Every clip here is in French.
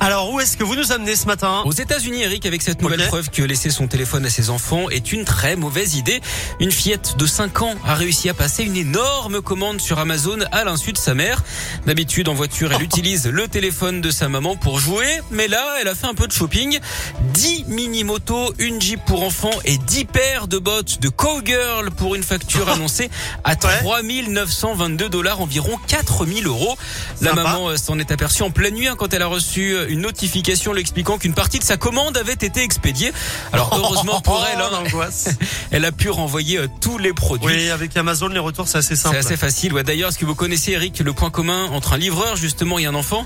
Alors où est-ce que vous nous amenez ce matin Aux États-Unis, Eric, avec cette nouvelle Hein. Ok. preuve que laisser son téléphone à ses enfants est une très mauvaise idée. Une fillette de 5 ans a réussi à passer une énorme commande sur Amazon à l'insu de sa mère. D'habitude, en voiture, elle utilise le téléphone de sa maman pour jouer, mais là, elle a fait un peu de shopping. 10 mini-motos, une Jeep pour enfants et 10 paires de bottes de cowgirl pour une facture annoncée à 3922 dollars, environ 4000 euros. La Sympa. maman euh, s'en est aperçue en pleine nuit hein, quand elle a reçu euh, une notification lui expliquant qu'une partie de sa commande avait été expédiée. Alors heureusement pour elle, hein, l'angoisse. elle a pu renvoyer euh, tous les produits. Oh, Oui, avec Amazon, les retours, c'est assez C'est simple. assez facile. Ouais. D'ailleurs, est-ce que vous connaissez, Eric, le point commun entre un livreur justement et un enfant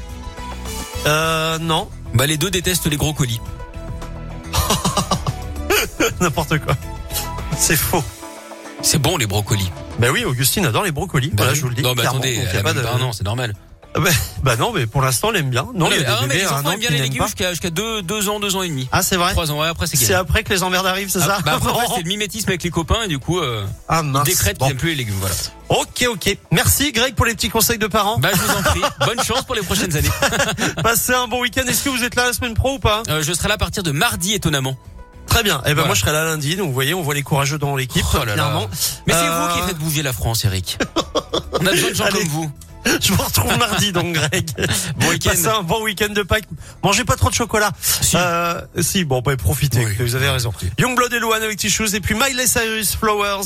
Euh, non, Bah les deux détestent les gros colis. n'importe quoi. C'est faux. C'est bon les brocolis. Ben oui, Augustine adore les brocolis. voilà, Bah, je vous le dis. Bah Non, clairement, donc, mais attendez, y a elle a pas même de- pas un an, c'est normal. Ah ben- bah non, mais pour l'instant, elle aime bien. Non, Ah, il y a des mais bébés les à un enfants an aiment bien qui les n'aiment légumes pas. jusqu'à 2 deux, deux ans, deux ans et demi. Ah, c'est vrai. 3 ans, ouais, après c'est C'est gagné. après que les emmerdes arrivent, c'est Ah, ça bah, après, ouais, c'est le mimétisme avec les copains et du coup, euh, Ah mince. décrète Bon. qu'ils aiment plus les légumes. Voilà. Ok, ok. Merci Greg pour les petits conseils de parents. Bah, je vous en prie. Bonne chance pour les prochaines années. Bah. Passez un bon week-end. Est-ce que vous êtes là la semaine pro ou pas Euh, je serai là à partir de mardi, étonnamment. Très bien. Eh ben Voilà. moi je serai là lundi. Donc vous voyez, on voit les courageux dans l'équipe. Oh là là. clairement. Mais Euh, c'est vous qui faites bouger la France, Eric. On a besoin de gens Allez. comme vous. Je vous retrouve mardi donc Greg. Bon week-end. Passez un bon week-end de Pâques. Mangez pas trop de chocolat. Si. Euh, si bon, bah, profitez. Oui. Vous avez raison. Youngblood et Luan avec Tissues et puis Miley Cyrus Flowers.